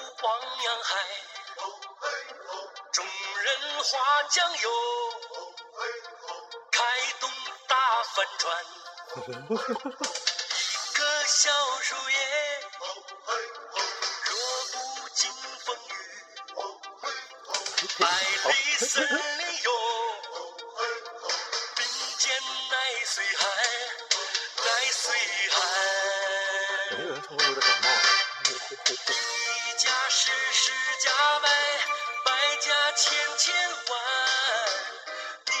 洋海，众人划桨游，开动大帆船，一个小树叶，弱不禁风雨，百里森林哟，并肩奈随海，奈随海。有人唱歌有点感冒了。一家十，十家百，百家千千万。你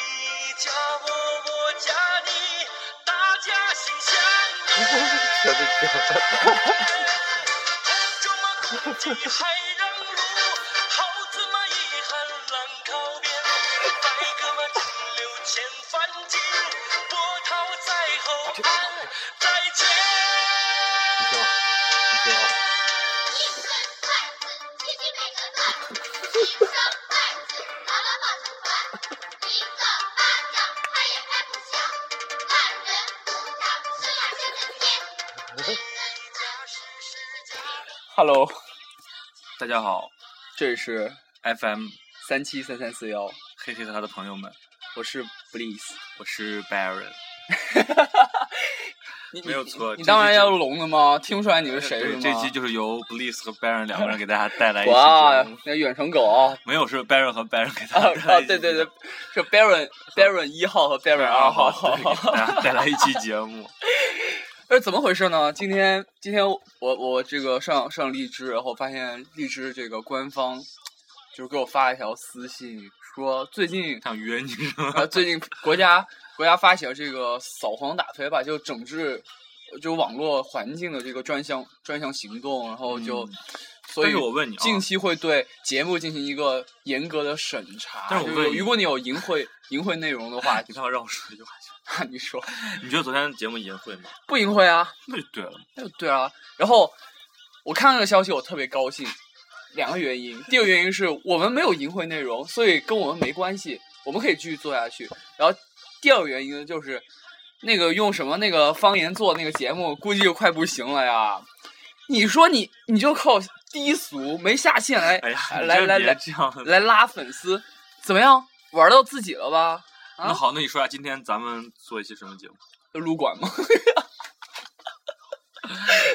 家我，我家你，大家心相爱。小弟弟，这么攻击还让路，好子嘛一喊浪靠边，白鸽嘛停留前翻进，波涛在后岸，再见。你听啊，你听啊， Hello，大家好，这里是 FM 三七三三四幺，黑黑和他的朋友们，我是 Bliss，我是 Baron。 你没有错你这当是然这要聋了吗？听不出来你是谁是对，吗？这期就是由 Bliss 和 Baron 两个人给大家带来一期哇节目，，那远程狗 啊！没有是 Baron 和 Baron 给大啊家带来啊一期对对节对目， 是 Baron Baron 一号和 Baron ，Baron 二二号。号对给大家带来一期节目，那哎怎么回事呢？今天今天我我这个上上荔枝，然后发现荔枝这个官方就是给我发了一条私信，说最近想约你是 吗？啊，最近国家国家发起了这个扫黄打非吧，就整治就网络环境的这个专项专项行动，然后就、嗯所但以是我问你啊近期会对节目进行一个严格的审查。但是我就问你如果你有淫秽淫秽内容的话，你看我让我说一句话就好， 你 说你觉得昨天节目淫秽吗？不淫秽啊？那就对了，那就对啊。然后我看到这个消息，我特别高兴，两个原因。第一个原因是我们没有淫秽内容，所以跟我们没关系，我们可以继续做下去。然后第二个原因呢，就是那个用什么那个方言做那个节目，估计就快不行了呀。你说你你就靠低俗没下线来、哎呀，你来真来别来这样，来拉粉丝，怎么样？玩到自己了吧？啊那好，那你说下今天咱们做一期什么节目？撸管吗？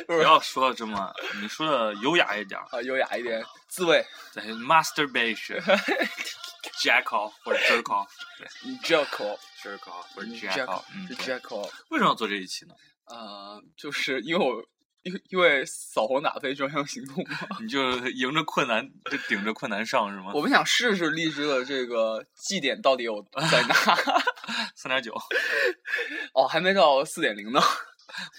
不不是要说的这么，你说的优雅一点儿，啊，优雅一点，自慰。对，masturbation、jack off 或者 jerk off、 Jacko， jerk off 或者 jack Jacko off，嗯，是对 Jacko，为什么要做这一期呢？呃，就是因为我因因为扫黄打非专项行动嘛，你就迎着困难，就顶着困难上是吗我？们想试试荔枝的这个绩点到底 有在哪？三点九，哦，还没到四点零呢，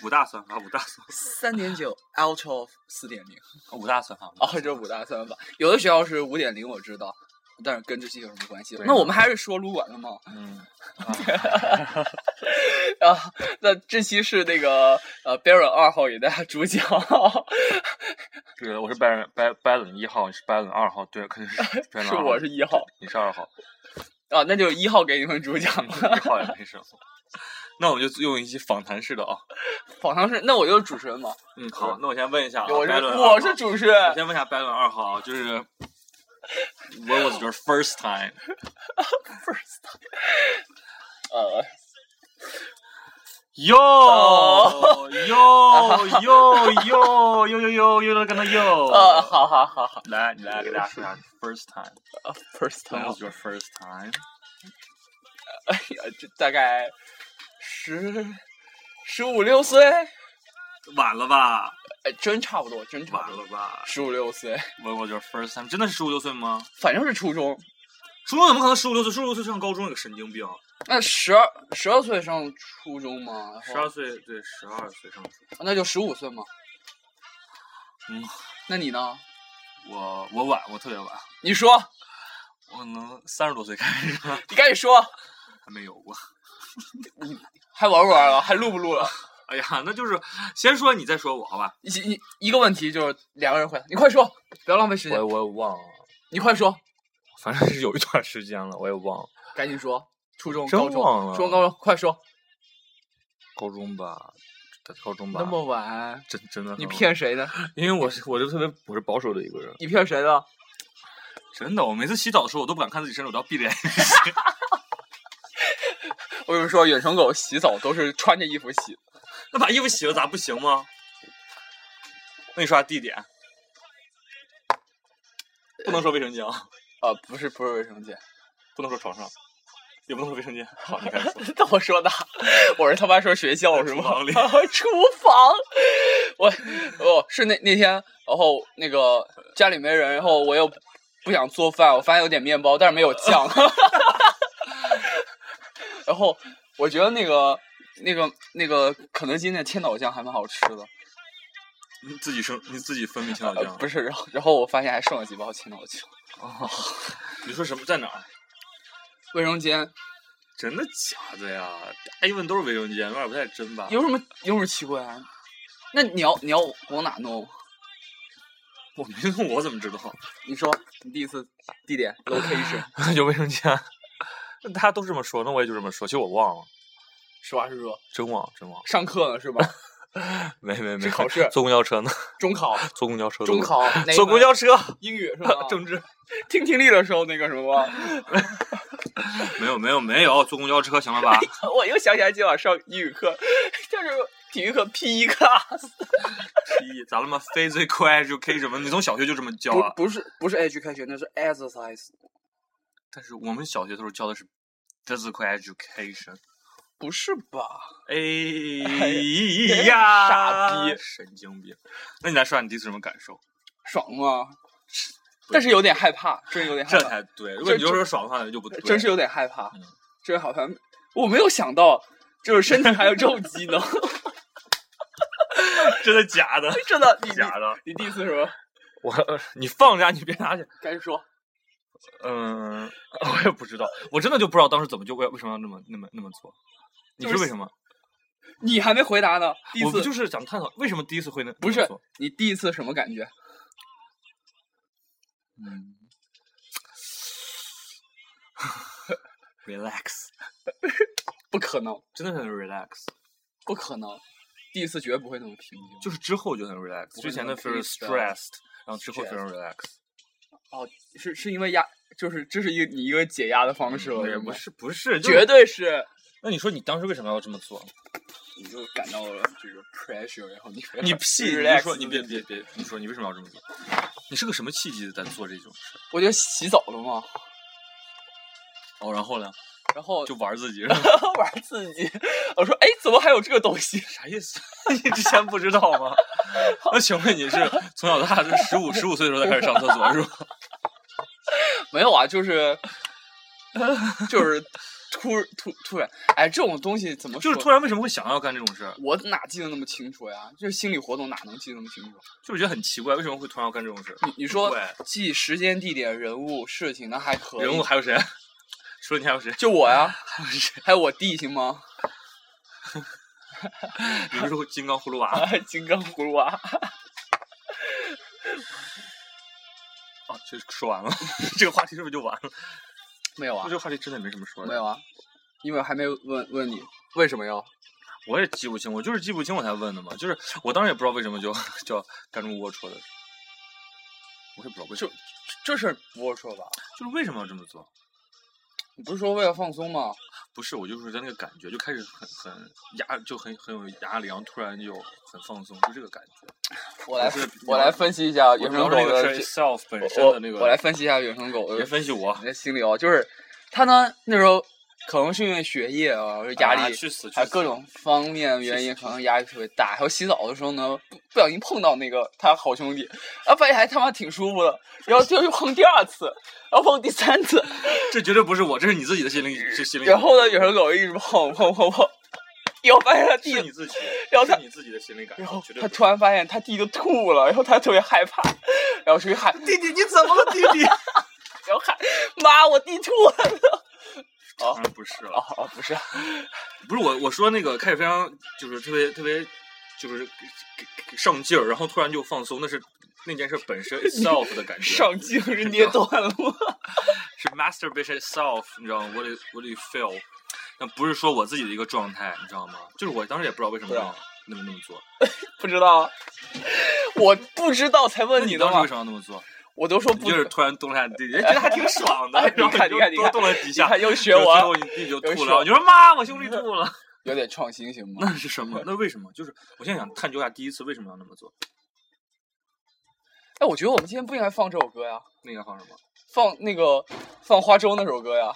五大算法，五大算，三点 九 out of 四点零，五大算法。哦，这是五大算法，有的学校是五点零，我知道。但是跟这些有什么关系？啊对那我们还是说撸管的嘛。嗯， 啊，那这期是那个呃，Baron 二号给大家主讲。对了，我是拜伦拜拜伦一号，你是拜伦二号，对，肯定是拜伦是我是一号你是二号，啊，那就一号给你们主讲了。 一号也没什么。那我就用一期访谈式的啊。访谈是，那我就是主持人嘛。嗯，好，那我先问一下啊，我是拜伦二号我是主持人我，先问一下白伦二号啊，就是 What was your first time？呃，哟哦哟哟哟哟哟哟哟跟他哟！呃，好好好好来，你来给大家说一下 first time。 ，first When time， was your first time？哎呀，这大概十十五六岁，晚了吧，哎，真差不多，真差晚不多，了吧。十五六岁， When was your first time？真的是十五六岁吗？反正是初中。初中怎么可能十五六岁？十五六岁上高中，有个神经病。那十二十二岁上初中嘛，然后十二岁，对，十二岁上初中。那就十五岁嘛。嗯，那你呢？我我晚，我特别晚，你说，我可能三十多岁开始，还你赶紧说， 没有过。还玩不玩了？还录不录了？哎呀，那就是先说你，再说我，好吧？一一一个问题就是两个人回答，你快说，不要浪费时间，我也忘了，你快说，反正是有一段时间了，我也忘了，赶紧说，初中、真高中、忘了初中、高中，快说。高中吧，他高中吧，那么晚，真真的很你晚，骗谁呢？因为我是我就特别我是保守的一个人，你骗谁呢？真的，我每次洗澡的时候，我都不敢看自己身上，我都要闭着眼。我跟你说，远程狗洗澡都是穿着衣服洗， 那把衣服洗了咋不行吗？那你说下地点，不能说卫生间啊，啊，不是不是卫生间。不能说床上，也不能说卫生间。好，你 开始说。那我 说的，我是他妈说学校是厨吗？啊房里厨房，我哦是那那天，然后那个家里没人，然后我又不想做饭，我发现有点面包，但是没有酱， 然后我觉得那个那个那个肯德基那千岛酱还蛮好吃的，你自己生，你自己分泌千岛呃酱。不是，然后然后我发现还剩了几包千岛酱，你说什么在哪儿？卫生间真的假的呀？大家一问都是卫生间，有点不太真吧？有什么有什么奇怪、啊？那你要你要往哪弄？我没弄，我怎么知道？你说你第一次地点 location。 有卫生间。 那大家都这么说，那我也就这么说。其实我忘了，实话实说，真忘，真忘。上课呢是吧？没没没，是考试 坐公交车呢，中 考，坐公交车，中，考，哪一坐门公交车，？英语 是吧政治。听听力的时候那个什么吧， 没有没有没有，坐公交车行了 吧？ 我又想起来今晚上英语课， 就是体育课 P 一 class，第一，咱们 physical education 嘛，你从小学就这么教啊 不？不是不是 education，那是 exercise，但是我们小学的时候教的是 physical education。不是吧？哎呀，傻逼神经病！那你来说下你第一次什么感受？爽吗？ 但是有点害怕，真有点害这怕，才对。如果你这就说爽的话，那就不对。真是有点害怕嗯，真好像我没有想到。就是身体还有肉机 能， 真的假 的？真的，你假的？你你第一次什么？我你放下，你别拿去。赶紧说，嗯，我也不知道，我真的就不知道当时怎么就为为什么要那么那么那么做。你就是为什么？你还没回答呢。第一我不次就是想探讨为什么第一次会那不那么是做你第一次什么感觉？嗯 ，relax，不可能， 真的很 relax，不可能，第一次绝不会那么平静。就是之后就很 relax，我之前能的非常 please relax stressed，然后之后非常 relax，哦，是是因为压，就是这是一个你一个解压的方式了，嗯也是不吗，是不是，就是绝对是，那你说你当时为什么要这么做？你就感到了这个 pressure，然后你 你屁！你就 relax 说你别别别，你说你为什么要这么做？你是个什么契机在做这种事？我觉得洗澡了嘛，哦，然后呢，然后就玩自己是吧？玩自己， 我说哎，怎么还有这个东西？ 啥意思？ 你之前不知道吗？ 那请问你是从小到大是十五十五岁的时候才开始上厕所是 吧？没有啊，就是就是突突突然，哎，这种东西怎么就说是突然为什么会想要干这种事儿？我哪记得那么清楚呀？这心理活动哪能记得那么清楚？就是觉得很奇怪，为什么会突然要干这种事儿？你你说对记时间、地点、人物、事情，那还可以。人物还有谁？除了你还有谁？就我 呀，还有我弟行吗？比如说金刚葫芦 娃哎金刚葫芦娃，啊，就说完了， 这个话题是不是就完了？没有这啊，个话题真的没什么说的。没有啊，因为还没问问你为什么要我也记不清，我就是记不清我才问的嘛。就是我当时也不知道为什么就就要干这么龌龊的事，我也不知道为什么，这事儿不龌龊吧？就是为什么要这么做？你不是说为了放松吗？不是，我就是在那个感觉就开始很很压，就很很有压力，然后突然就很放松，就这个感觉。我来不是我来分析一下我远聊程这狗个的是 self 本身我的那个，我来分析一下远程狗别的分析我，的心理哦，就是他呢那时候可能是因为学业啊压啊力。去死，去还有死各种方面原因，可能压力特别大。还有洗澡的时候呢，不不小心碰到那个他好兄弟，然后发现还他妈挺舒服的，然后就又碰第二次，然后碰第三次，这绝对不是我，这是你自己的心灵，这心灵。然后呢，有时候狗一直碰碰碰碰，然后发现他弟是，你自己，然后是他你自己的心灵感受，然后绝对他不是突然发现他弟就吐了，然后他特别害怕，然后出去喊弟弟你怎么了弟弟， 然后喊妈我弟吐了，当嗯然不是了。哦不是，不是我，我说那个开始非常就是特别特别就是给给给上劲儿，然后突然就放松，那是那件事本身 itself 的感觉，上镜是捏断了吗？是 masturbation itself，你知道吗？我得我得 feel，那不是说我自己的一个状态，你知道吗？就是我当时也不知道为什么对啊要那么那么做？不知道啊， 我不知道才问你的当时嘛为，啥要那么做？我都说不你就是突然动了下地，人觉得还挺爽的 哎，你然后看就你看你多看动了几你下，看又学就我最啊后，你你就有吐一了，说你说妈，我兄弟吐了，有点创新行吗？ 那是什么？那为什么？就是我现在想探究一下第一次为什么要那么做。 哎，我觉得我们今天不应该放这首歌呀，那个放什么？放那个放花粥那首歌呀。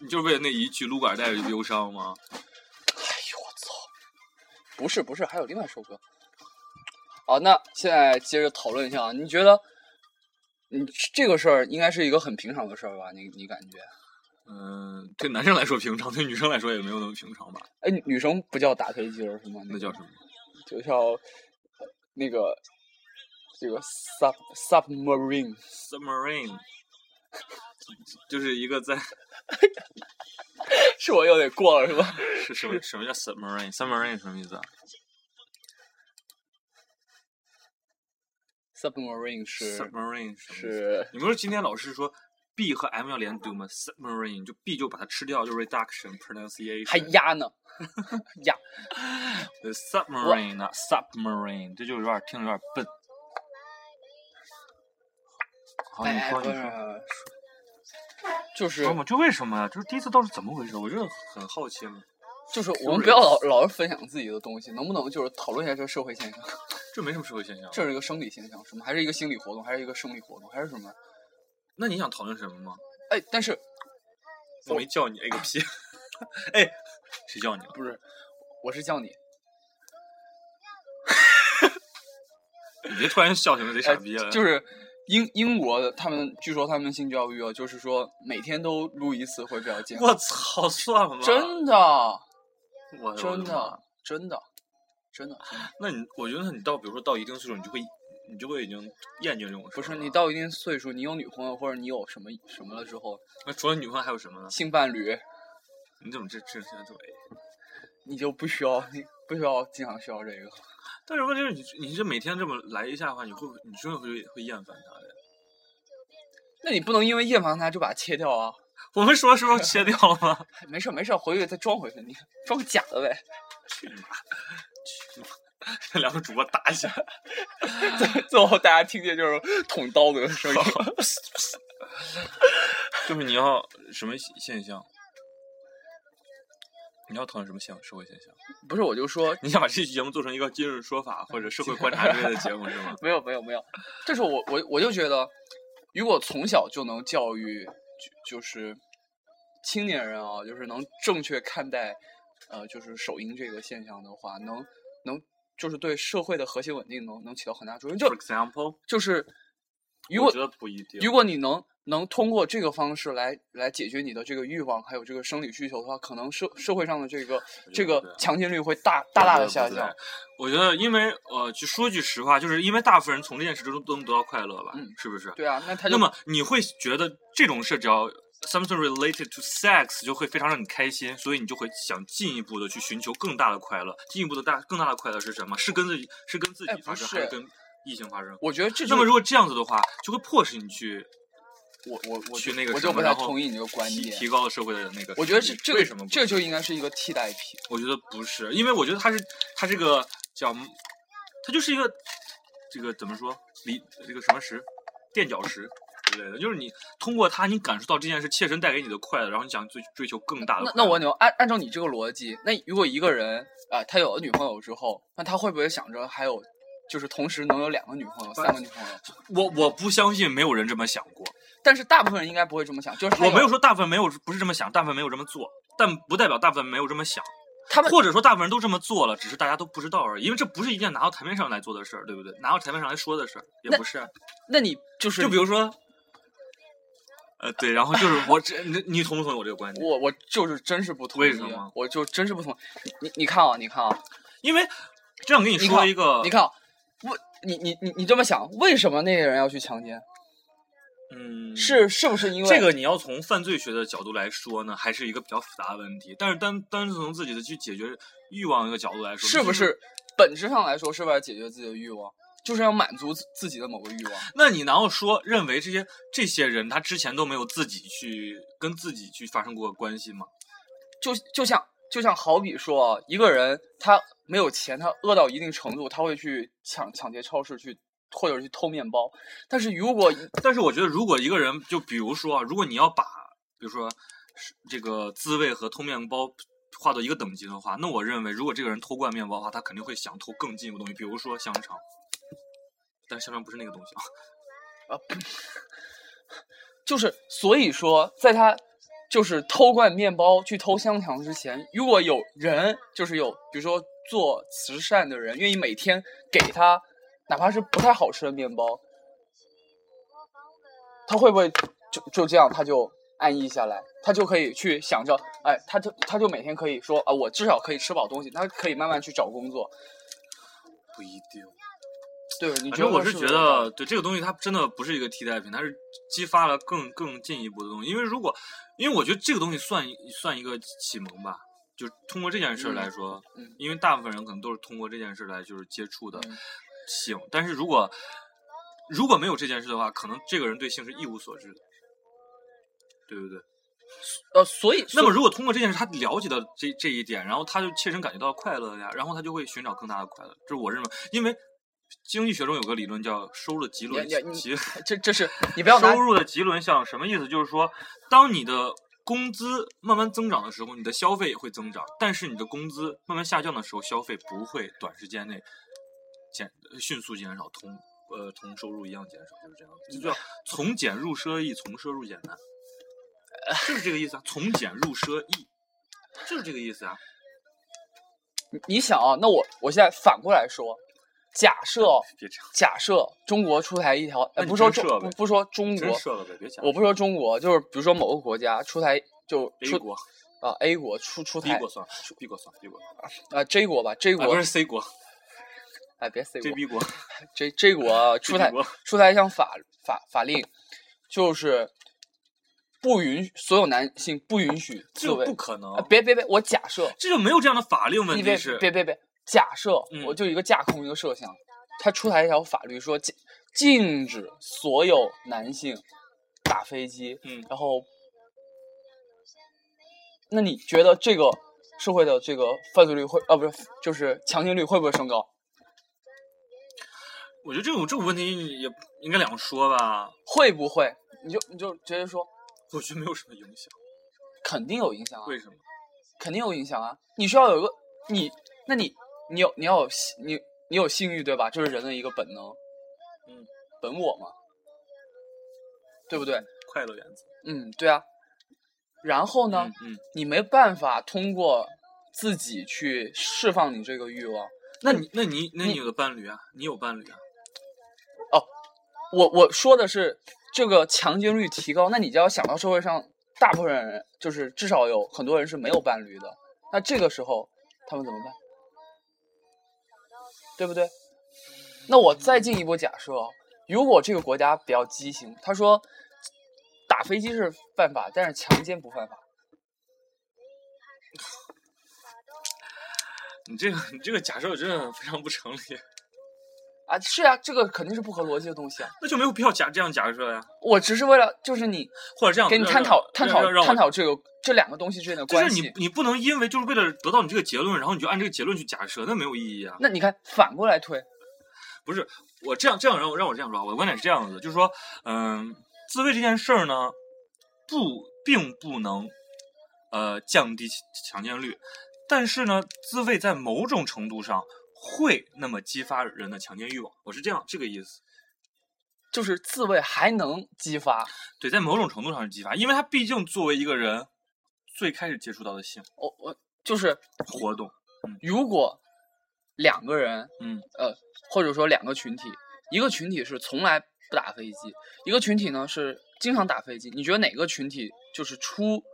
你就是为了那一句“撸管带着忧伤”吗？哎不是不是，还有另外一首歌。啊，那现在接着讨论一下啊，你觉得你这个事儿应该是一个很平常的事儿吧？你你感觉？嗯，对男生来说平常，对女生来说也没有那么平常吧？哎，女女生不叫打飞机儿是吗？那个叫什么？就叫呃那个这个 sub submarine。 submarine，就是一个在是我有点过了是吧？是什么什么叫 submarine？submarine 什么意思啊？ Submarine 是 submarine 什么意思？是你们说今天老师说 b 和 m 要连读吗？submarine 就 b 就把它吃掉，就 reduction 还 pronunciation。压呢，压呃 submarine 呢？submarine 这就有点听着有点笨。好，你哎说不你是说，就是说嘛，这为什么呀？就是第一次到底怎么回事？我真的很好奇嘛。就是我们不要老老是分享自己的东西，能不能就是讨论一下这个社会现象？这没什么社会现象。这是一个生理现象，什么还是一个心理活动，还是一个生理活动，还是什么？那你想讨论什么吗？哎，但是我没叫你，哎个屁！ 哎，谁叫你了？不是，我是叫你，你别突然笑成贼傻哎逼啊了。就是英英国的他们，据说他们性教育啊，就是说每天都撸一次会比较健康，我操，算了吧，真的，我真，我的，真的，真的，真的那你我觉得你到比如说到一定岁数，你就会你就会已经厌倦这种事不儿是了你到一定岁数，你有女朋友或者你有什么什么了之后，那除了女朋友还有什么呢？性伴侣，你怎么这这这这么哎？你就不需要， 你不需要经常需要这个。但是问题是你你这每天这么来一下的话，你会不会你真的会会厌烦他的？那你不能因为厌烦他就把它切掉啊！我们什么 时候切掉了吗？哎没事儿没事儿，回去再装回去，你装个假的呗。 这两个主播打起来，最最后大家听见就是捅刀子的声音。 就是你要什么现象？你要讨论什么现社会现象？不是，我就说你想把这期节目做成一个今日说法或者社会观察之类的节目是吗？没有没有没有，这是我我我就觉得，如果从小就能教育就就是青年人啊，就是能正确看待呃就是手淫这个现象的话，能能就是对社会的和谐稳定能能起到很大作用。 就 For example，就是如我果觉得不一定。如果你能能通过这个方式来来解决你的这个欲望，还有这个生理需求的话，可能社社会上的这个不这个哎对强奸率会大大大的我觉得下不降对。。我觉得，因为呃，就说句实话，就是因为大部分人从这件事中都能得到快乐吧，嗯是不是？对啊，那他就那么你会觉得这种事只要 something related to sex 就会非常让你开心，所以你就会想进一步的去寻求更大的快乐。进一步的大更大的快乐是什么？是跟自己是跟自哎己不发生，是还是跟异性发生？我觉得这就那么如果这样子的话，就会迫使你去我我我去就那个我什就么不太然后同意你这个观提点。提高了社会的那个。我觉得是这个为什么不这就应该是一个替代品。我觉得不是，因为我觉得他是他这个叫，他就是一个这个怎么说离这个什么石，垫脚石之类的，就是你通过它你感受到这件事切身带给你的快乐，然后你想追追求更大的那快那乐我问你，按按照你这个逻辑，那如果一个人啊、他有了女朋友之后，那他会不会想着还有，就是同时能有两个女朋友、三个女朋友？我我不相信没有人这么想过，但是大部分人应该不会这么想，就是他我没有说大部分没有不是这么想，大部分没有这么做，但不代表大部分没有这么想，他们或者说大部分人都这么做了，只是大家都不知道而已，因为这不是一件拿到台面上来做的事儿，对不对？拿到台面上来说的事儿也那不是啊。那你就是就比如说，呃，对，然后就是我这你你同不同意我这个观点？我我就是真是不同意，为什么我就真是不同意。你你你看啊，你看啊，因为这样跟你你说看一个，你看啊，为你你你你这么想，为什么那些人要去强奸？嗯，是是不是因为这个你要从犯罪学的角度来说呢，还是一个比较复杂的问题。但是单单从自己的去解决欲望这个角度来说，是不就是本质上来说是为了解决自己的欲望，就是要满足自自己的某个欲望？那你然后说认为这些这些人他之前都没有自己去跟自己去发生过关系吗？就就像就像好比说啊，一个人他没有钱，他饿到一定程度，他会去抢抢劫超市去，或者是去偷面包。但是如果但是我觉得，如果一个人，就比如说啊，如果你要把，比如说是这个滋味和偷面包划到一个等级的话，那我认为，如果这个人偷惯面包的话，他肯定会想偷更进一步的东西，比如说香肠。但是香肠不是那个东西啊。就是所以说，在他就是偷惯面包去偷香肠之前，如果有人就是有，比如说做慈善的人，愿意每天给他，哪怕是不太好吃的面包，他会不会就就这样他就安逸下来，他就可以去想着，哎，他就他就每天可以说啊，我至少可以吃饱东西，他可以慢慢去找工作。不一定，对，你反觉得正我是不觉得，对这个东西它真的不是一个替代品，它是激发了更更进一步的东西。因为如果，因为我觉得这个东西算算一个启蒙吧，就通过这件事儿来说，嗯嗯因为大部分人可能都是通过这件事儿来就是接触的嗯性，但是如果如果没有这件事的话，可能这个人对性是一无所知的，对不对？呃，所以那么如果通过这件事他了解到这这一点，然后他就切身感觉到快乐呀，然后他就会寻找更大的快乐。这是我认为，因为经济学中有个理论叫收入的极轮你你极这这是你不要拿收入的极轮项，什么意思？就是说，当你的工资慢慢增长的时候，你的消费也会增长，但是你的工资慢慢下降的时候，消费不会短时间内减呃迅速减少，同呃同收入一样减少，就是这样子，就叫从俭入奢易，从奢入俭难，就是这个意思啊，从俭入奢易，就是这个意思啊。你想啊，那我我现在反过来说，假设哦别这样，假设中国出台一条，那呃、你不说真中设不呗不说中真国，设了呗，别讲了。我不说中国，就是比如说某个国家出台就 A 出国啊、A 国出出，B 台国算了，B 国算了，B 国算了，啊、J 国吧 J 啊国不是 C 国哎别 C 国，JB 国 J J 国啊出台，JB 国出台一项法法法令，就是不允所有男性不允许自这慰不，可能啊，别别别，我假设这就没有这样的法令问你题别是，别别别，假设、嗯我就一个架空一个设想，他出台一条法律说禁禁止所有男性打飞机，嗯，然后，那你觉得这个社会的这个犯罪率会啊不是就是强奸率会不会升高？我觉得这种这种问题也应该两说吧，会不会？你就你就直接说，我觉得没有什么影响。肯定有影响啊，为什么？肯定有影响啊。你需要有一个你，那你你有你要有性你你有性欲对吧？这是人的一个本能，嗯，本我嘛，对不对？快乐原则。嗯，对啊。然后呢，嗯嗯，你没办法通过自己去释放你这个欲望。那你那你那你你有的伴侣啊，你有伴侣啊，我我说的是这个强奸率提高，那你就要想到社会上大部分人，就是至少有很多人是没有伴侣的。那这个时候他们怎么办？对不对？那我再进一步假设，啊如果这个国家比较畸形，他说打飞机是犯法，但是强奸不犯法，你这个你这个假设真的非常不成立，啊，是啊，这个肯定是不合逻辑的东西啊。那就没有必要假这样假设呀，我只是为了就是你或者这样给你哦让探讨让探讨让让我探讨这个这两个东西之间的就关是系。你你不能因为就是为了得到你这个结论，然后你就按这个结论去假设，那没有意义啊。那你看反过来推，不是我这样这样让我让我这样说啊，我的观点是这样子的，就是说，嗯、自慰这件事儿呢，不并不能呃降低强强奸率，但是呢，自慰在某种程度上会那么激发人的强奸欲望，我是这样这个意思。就是自慰还能激发。对，在某种程度上是激发，因为它毕竟作为一个人最开始接触到的性我我就是活动，如果两个人，嗯，呃，或者说两个群体，一个群体是从来不打飞机，一个群体呢是经常打飞机，你觉得哪个群体就是出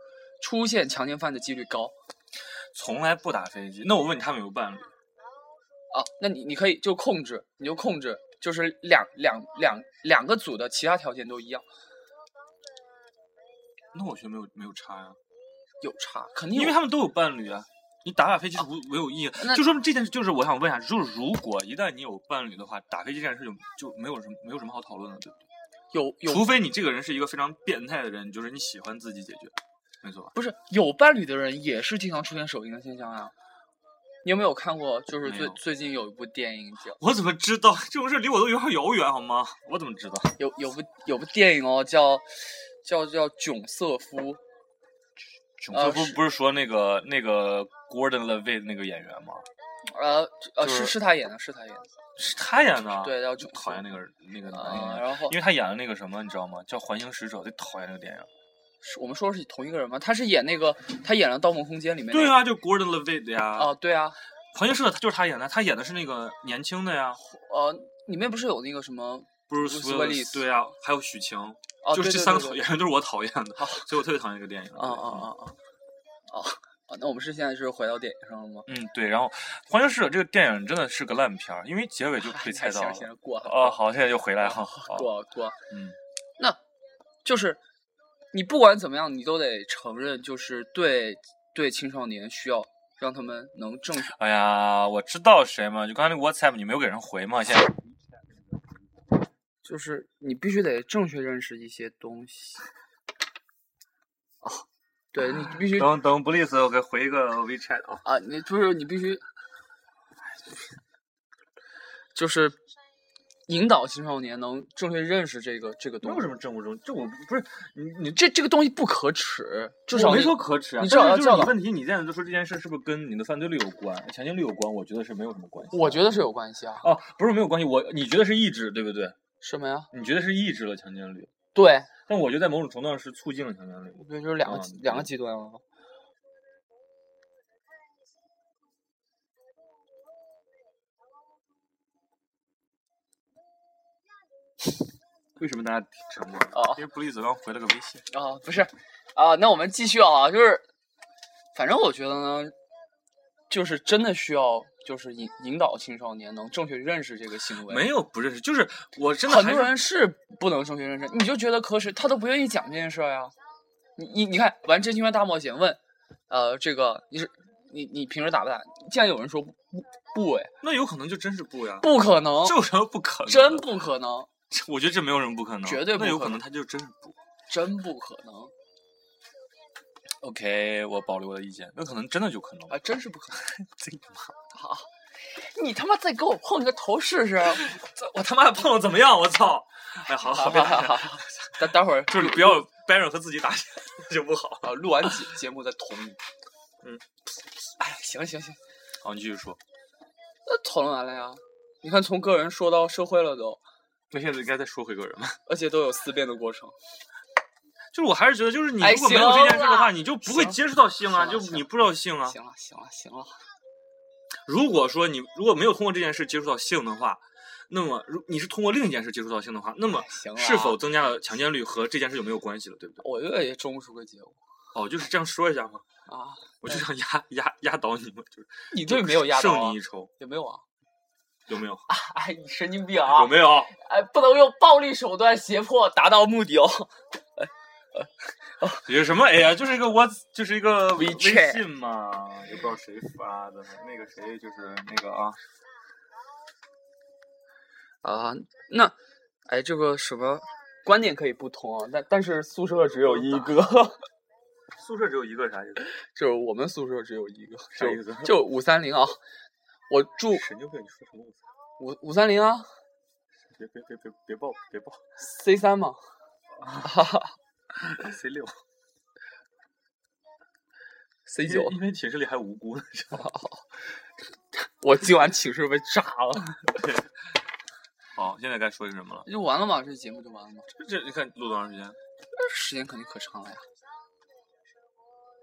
出现强奸犯的几率高？从来不打飞机。那我问你，他们有没有伴侣？啊，那你你可以就控制，你就控制，就是两两两两个组的其他条件都一样，那我觉得没有没有差呀、啊有差，肯定有因为他们都有伴侣啊。你打打飞机是无没有意义的，哦那就说明这件事就是我想问一下，就是如果一旦你有伴侣的话，打飞机这件事就就没有什么没有什么好讨论的，对不对？有有除非你这个人是一个非常变态的人，就是你喜欢自己解决，没错吧？不是有伴侣的人也是经常出现手淫的现象啊。你有没有看过？就是没最有最近有一部电影叫我怎么知道这种事离我都有点遥远好吗？我怎么知道？有有部有部电影哦，叫叫叫囧瑟夫，囧呃瑟夫是不是说那个那个 Gordon Levitt 那个演员吗？呃呃就是是是他演的，是他演的，是他演的。啊对，叫就囧瑟讨厌夫。那个人那个男演啊，员，然后嗯因为他演了那个什么，你知道吗？叫《环形使者》，最讨厌那个电影。是我们说是同一个人吗？他是演那个，他演了《盗梦空间》里面。对。啊，就 Gordon Levitt 呀。啊，对啊，环形使者他就是他演的，他演的是那个年轻的呀呃，里面不是有那个什么？ ，Bruce Bruce Willis。 Willis 对呀，还有许晴，哦，就是对这对三个对对讨哦演员都是我讨厌的好，所以我特别讨厌这个电影。啊啊对嗯啊啊！哦，啊那我们是现在是回到电影上了吗？嗯，对，然后《环球使者》这个电影真的是个烂片儿，因为结尾就 被猜到哎行了。行，过了哦，好，现在就回来哈。好过了过了，嗯，就是你不管怎么样，你都得承认，就是对对青少年需要让他们能正确。哎呀，我知道谁嘛，就刚才那个 WhatsApp 你没有给人回嘛，现在。就是你必须得正确认识一些东西。哦，对你必须等等，不利斯，我给回一个 WeChat 啊。啊，你不是你必须，就是引导青少年能正确认识这个这个没东有西什。么正误中，这我不是你你这这个东西不可耻，至少我没你说可耻啊，你但至少要是就教是你导问题，你现在就说这件事是不是跟你的犯罪率有关、强奸率有关？我觉得是没有什么关系。我觉得是有关系啊。 哦，不是没有关系，我你觉得是抑制对不对？什么呀？你觉得是抑制了强奸率，对，但我觉得在某种程度上是促进了强奸率。对，就是两个、啊极两个极端啊。为什么大家沉默？哦因为不利子刚回了个微信。啊，不是啊，那我们继续啊，就是，反正我觉得呢，就是真的需要，就是引引导青少年能正确认识这个行为。没有不认识，就是我真的很还多是人是不能正确认识，你就觉得可耻，他都不愿意讲这件事儿呀、你你你看玩真心话大冒险问，呃，这个你是你你平时打不打？竟然有人说不不哎，那有可能就真是不呀，不可能，这有什么不可能？真，不可能，我觉得这没有什么不可能，绝对不那有可可能能他就真是不。真不可能 OK，我保留我的意见，那可能真的就可能。 啊，真是不可能！这你他妈再给我碰一个头试啊试！这我他妈碰了怎么样？我 操！哎，好好别 打架，好， 待待会儿就是不要 Baron 和自己打架 就不好。啊，录完节 节目再捅你。嗯，哎，行行行，好，你继续说。那讨论完了呀。你看，从个人说到社会了都，那现在应该再说回个人吧。而且都有思辨的过程。就是我还是觉得，就是你哎如果没有这件事的行话，了你就不会行接触到性啊，行了就行了你不知道性啊。行了行了行了，如果说你如果没有通过这件事接触到性的话，那么如你是通过另一件事接触到性的话，那么行了啊是否增加了强奸率和这件事就没有关系了，对不对？我这也种不出个结果哦，就是这样说一下嘛，啊。我就想压压压倒你们，就是你对没有压倒、胜啊你一？筹，也没有啊。有没有？哎，你神经病啊！有没有？哎，不能用暴力手段胁迫达到目 的哦。有什么？哎呀，就是一个我，就是一个微 WeChat 信嘛，也不知道谁发的，那个谁就是那个啊，啊，那，哎，这个什么观点可以不同啊，但但是宿舍只有一个， 宿舍只有一个啥意思？就是我们宿舍只有一个，啥意思就就五三零啊，我住神经病！你说什么？五五三零啊别别别别别报别 报，C 三嘛， ，C 六 C 因九为，因为寝室里还有无辜呢，知道吗？我今晚寝室被炸了，好，现在该说些什么了？就完了嘛，这节目就完了嘛，这你看录多长时间？这时间肯定可长了呀，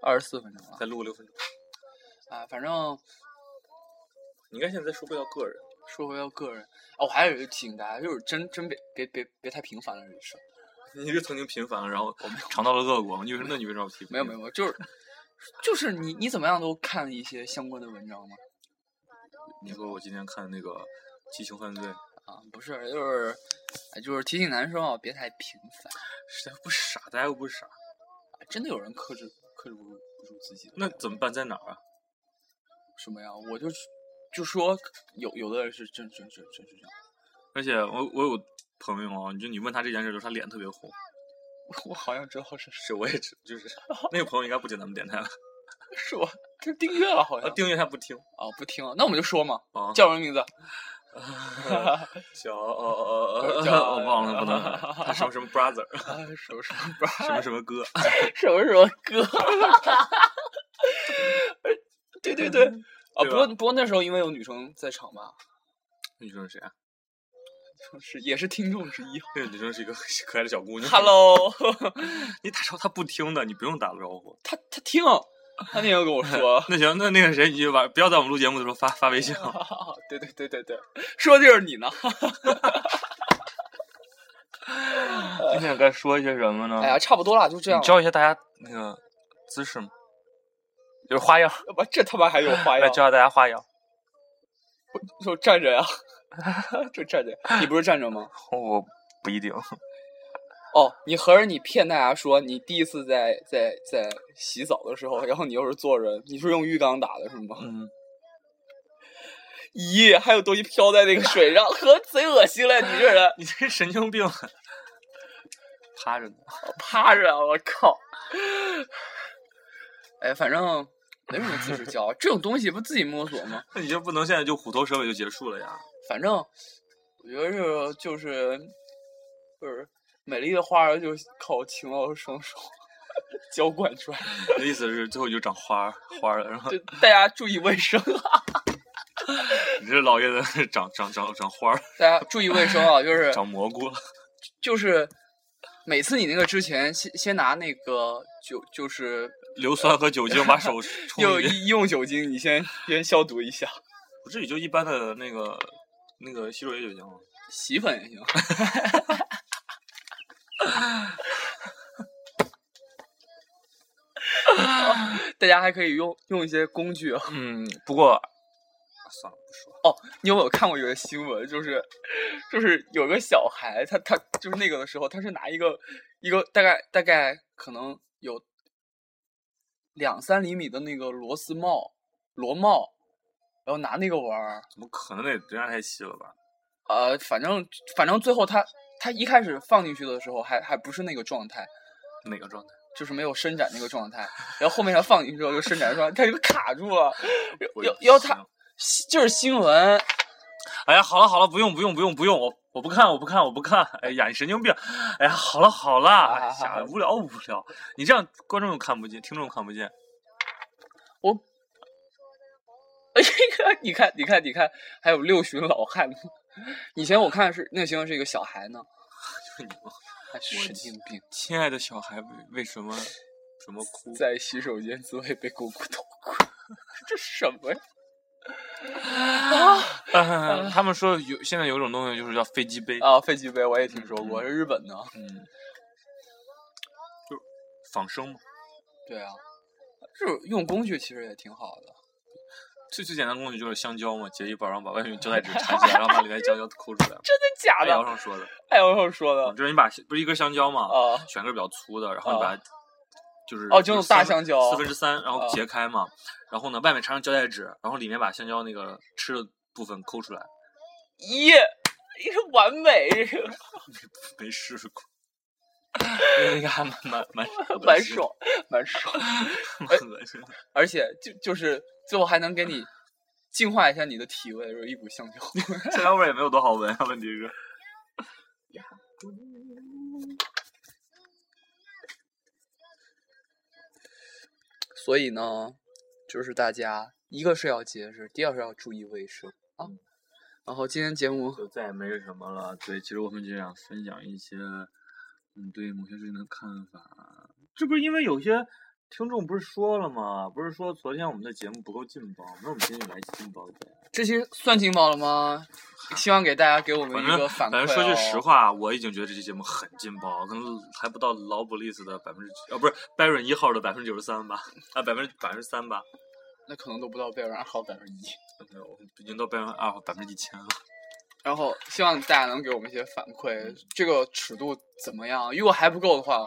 二十四分钟了再录个六分钟。啊，反正你应该现在再说回到个人。说回到个人，啊，我还有一个提醒大家，就是真真别别别别太频繁了，这事儿你就曾经频繁，然后尝到了恶果。你为什么？那你为什么要批评？没有没有，没有就是。就是你，你怎么样都看一些相关的文章吗？你说我今天看那个《激情犯罪》，啊，不是，就是，哎就是提醒男生啊，别太频繁。实在不傻，大家又不傻，哎真的有人克制克制不住不住自己的。那怎么办？在哪儿啊？什么呀？我就就说有有的人是真真真真是这样。而且我我有朋友啊，你就你问他这件事的时候，他脸特别红。 我好像知道是谁。 是，我也知，就是那个朋友应该不进咱们电台了。是吧？这订阅了好像啊，订阅他不听啊，不听了，那我们就说嘛，啊。叫什么 名字？小呃呃呃叫呃，我忘了，不 能他什么什么 brother，啊，什么什么哎什么什么哥， 什么什么歌？ 对对对，啊，嗯对吧不过不过那时候因为有女生在场吧， 女生是谁啊？是也是听众 之一。那个女生是一个可爱的小姑娘。 Hello， 你打招呼她不听的，你不用打招呼。，他他听，他那天有跟我说 那行，那那个谁，你就把不要在我们录节目的时候发发微信啊。 对对对对对，说的就是你呢。今天该说一些什么呢？哎呀，差不多啦，就这样你。教一下大家那个姿势吗？就是花样，要不这他妈还 有花来样？教教大家花样。就站着呀， 就站着。你不是站着吗？ 我不一定，哦，你合着你骗大家说你第一次在在在洗澡的时候，然后你又是坐着，你是用浴缸打的是吗？ 嗯，咦，还有东西飘在那个水上， 和贼恶心了！你这人你这神经病， 啊趴着呢。哦趴着，啊我靠！哎，反正没什么姿势教，这种东西不自己摸索吗？那 你就不能现在就虎头蛇尾就结束了呀？ 反正我觉得是就是就是美丽的花儿就是靠勤劳的双手 浇灌出来的。你的意思是最后你就长花儿花儿了，然后就大家注意卫生啊！你这老爷子长长长长花儿，大家注意卫生啊！就是长蘑菇了。 就是每次你那个之前，先先拿那个酒，就是硫酸和酒精把手冲用一遍，医用酒精，你先先消毒一下，不至于就一般的那个那个洗手液就行了。洗粉也行。 大家还可以用用一些工具啊。嗯，不过算了，不说了。你有没有看过一个新闻？就是就是有个小孩，他他就是那个的时候，他是拿一个一个大概大概可能有两三厘米的那个螺丝帽螺帽，然后拿那个玩儿。怎么可能那人家太细了吧？呃，反正反正最后他他一开始放进去的时候还还不是那个状态，哪个状态？就是没有伸展那个状态。然后后面他放进去之后就伸展状态，他就卡住了。我啊要要行他就是新闻，哎呀，好了好了，不用不用不用不用，我我不看我不看我不看。哎呀，你神经病！哎呀，好了好了，哎好呀，无聊无聊，你这样观众又看不见，听众看不见。哎， 你看，你看，你看，还有六旬老汉。以前我看是那个新闻是一个小孩呢， 你妈哎神经病，亲爱的小孩，为为什么什么哭？在洗手间自慰被狗骨 头过，这什么呀？嗯，他们说有现在有一种东西就是叫飞机杯，啊，飞机杯我也听说过，是日本的。嗯，就仿生嘛，对啊，这种用工具其实也挺好的。最最简单的工具就是香蕉嘛，截一半，然后把外面用胶带纸缠起来，然后把里面香蕉抠出来。 真的假按姚的？上说的，哎呦，我说的就是你把不是一根香蕉嘛，啊，选根比较粗的，然后你把、就是哦就用大三分香蕉四分之三，然后啊截开嘛，然后呢外面缠上胶带纸，然后里面把香蕉那个吃的部分抠出来，耶，你是完 美，没试 过。那个还蛮蛮蛮蛮爽，哎蛮爽，蛮恶心的。而且就就是最后还能给你净化一下你的体味，就是一股香蕉。香蕉味儿也没有多好闻啊，问题是。所以呢，就是大家一个是要节制，第二是要注意卫生啊。然后今天节目就再也没什么了。对，其实我们就想分享一些，嗯，对某些事情的看法。这不是因为有些听众不是说了吗？不是说昨天我们的节目不够劲爆，那我们今天来劲爆一点。这期算劲爆了吗？希望给大家给我们反一正个反馈、反哦、正说句实，话，我已经觉得这期节目很劲爆，跟还不到劳勃利斯的百分之啊，不是 Baron 一号的百分之九十三吧？啊，百分之百分之三吧？那可能都不到贝尔二号百分之一。没有，已经到 Baron 二号百分之一千了。然后希望大家能给我们一些反嗯馈，这个尺度怎么样？如果还不够的话，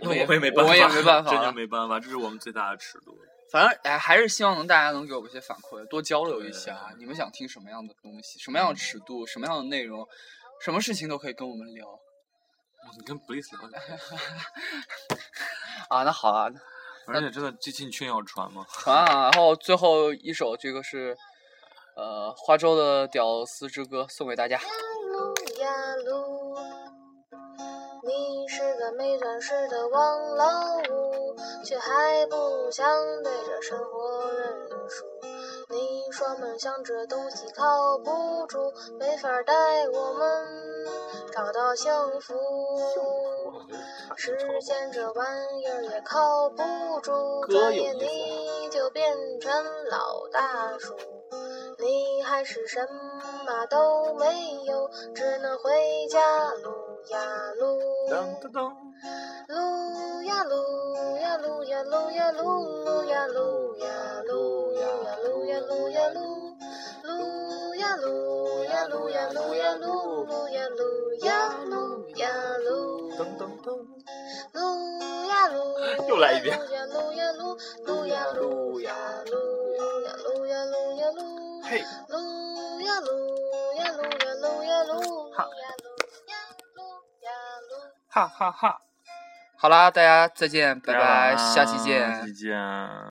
那们也也没办我法，们也没办法真的了。没办法，这是我们最大的尺度。反正哎，还是希望能大家能给我们一些反馈，多交流一下啊对，你们想听什么样的东西，什么样的尺度，什么样的内容，什么事情都可以跟我们聊。你跟 b l i s 聊聊。啊，那好啊，而且真的这期你确定要传吗？传啊，然后最后一首这个是，呃，花粥的《屌丝之歌》送给大家。呀噜呀噜，你是个没本事的王老五，却还不想对这生活认输。你说梦想这东西靠不住，没法带我们找到幸福。时间这玩意儿也靠不住，歌转有眼意思啊你就变成老大叔。你还是什么都没有，只能回家撸呀撸。噔，撸呀撸呀撸呀撸呀撸呀撸呀撸呀撸呀撸呀撸，撸呀撸呀撸呀撸呀撸撸呀撸呀撸呀撸。噔噔噔，撸呀撸，又来一遍撸呀撸呀撸，撸呀撸呀撸呀撸呀撸呀撸，嘿，撸呀撸呀撸呀撸呀撸哈呀撸呀撸呀撸。哈哈哈！好啦，大家再见，拜大家晚拜，安下期见。下期见。